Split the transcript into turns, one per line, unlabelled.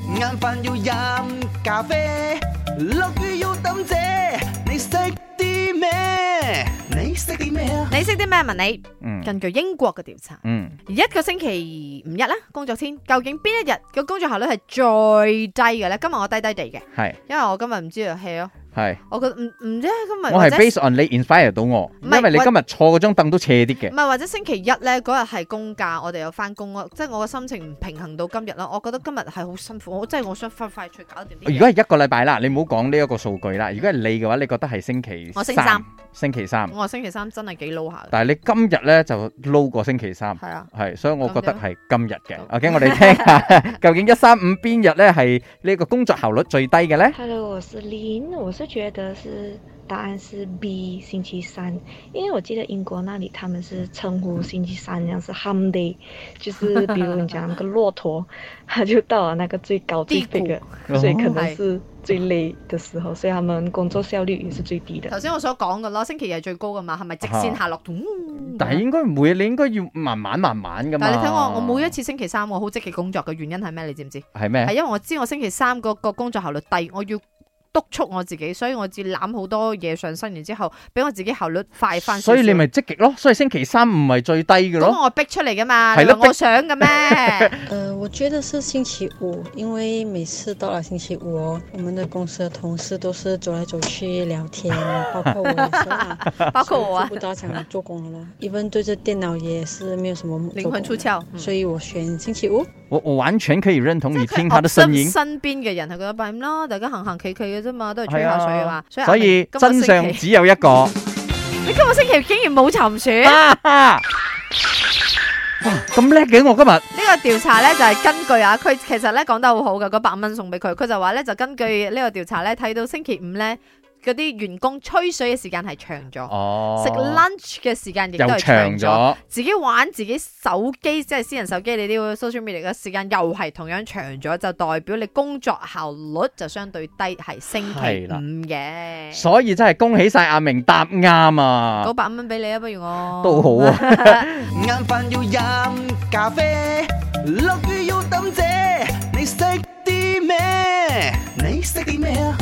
眼飯要飲咖啡，落雨要抌遮，你識啲咩？你識啲咩啊？
你識啲咩？問你。
嗯
根據英國嘅調查，
嗯
一個星期五日啦，工作天，究竟邊一日嘅工作效率係最低嘅咧？今日我低低地嘅，
係
因為我今日唔知道 hea 咯，
係，
我覺得唔唔知啊今日
我
或
係
者
base on 你 inspire 到我，
唔
因
係
為你
我
今日坐嗰張凳都斜啲嘅
唔。係或者星期一咧嗰日係公假，我哋有翻工咯，即係我嘅心情唔平衡到今日啦。我覺得今日係好辛苦，我真係我想快快脆搞掂啲嘢。
哦如果係一個禮拜啦，你唔好講呢一個數據啦。如果係你嘅話，你覺得係星期
我星期三，
星期三，
我星期三真係幾撈下嘅，
但係你今日咧就撈過星期三。
係啊，
係，所以我覺得係今日嘅
咁。
OK，我哋聽下 究竟一三五邊日咧係呢個工作效率最低嘅咧？
Hello，我是 Lin，我是觉得是答案是 B，星期三，因为我记得英国那里他们是称呼星期三，像是 Hump Day，就是比如你讲那个骆驼， 它就到了那个最高最
低
big 的，
谷
所以可
哦
能是最累的时候，所以他们工作效率也是最低的。
頭先我所講嘅咯，星期日最高嘅嘛，係咪直線下落？嗯
啊但係應該每你應該要慢慢慢慢噶嘛。
但係你睇我，我每一次星期三我好積極工作嘅原因係咩？你知唔知？
係咩
係？因為我知我星期三個個工作效率低，我要督促我自己，所以我至攬好多嘢上身，然之後俾我自己效率快翻少少。
所以你咪積極咯。所以星期三唔係最低嘅咯。
咁我逼出嚟噶嘛？
係
你
咯
話我想嘅 咩？
呃，我觉得是星期五，因为每次到了星期五哦，我们的公司的同事都是走来走去聊 天，包括我也是啦，
包括 我啊
所以就不知道想做工了咯。一般对着电脑也是没有什么
靈魂出
做工
竅。嗯
所以我选星期五。
我我完全可以認同你聽
佢
他的聲音
observe。身邊嘅人係覺得咁啦，大家行行企企嘅啫嘛，都係吹下水嘅嘛。
係啊
所
所
以
以
阿明
真
今個
相
星期
只有一個。
你 今個星期竟然冇沉船。
啊哈 哇咁叻嘅我今日。
呢個調查咧就係根據啊，佢其實咧講得好好嘅，嗰百蚊送俾佢，佢就話咧就根據呢個調查咧睇到星期五咧嗰啲員工吹水嘅時間係長咗，
哦
食 lunch 嘅時間亦都
又
係長
長
咗，
咗，
自己玩自己手機即係私人手機你啲 social media 嘅時間又係同樣長咗，就代表你工作效率就相對低，係星期
係啦
五嘅。
所以真係恭喜晒阿明答啱啊
嗰！百蚊俾你啊，不如我
都好啊。
眼飯要飲咖啡，落雨要抌遮，你識啲咩？你識啲咩啊？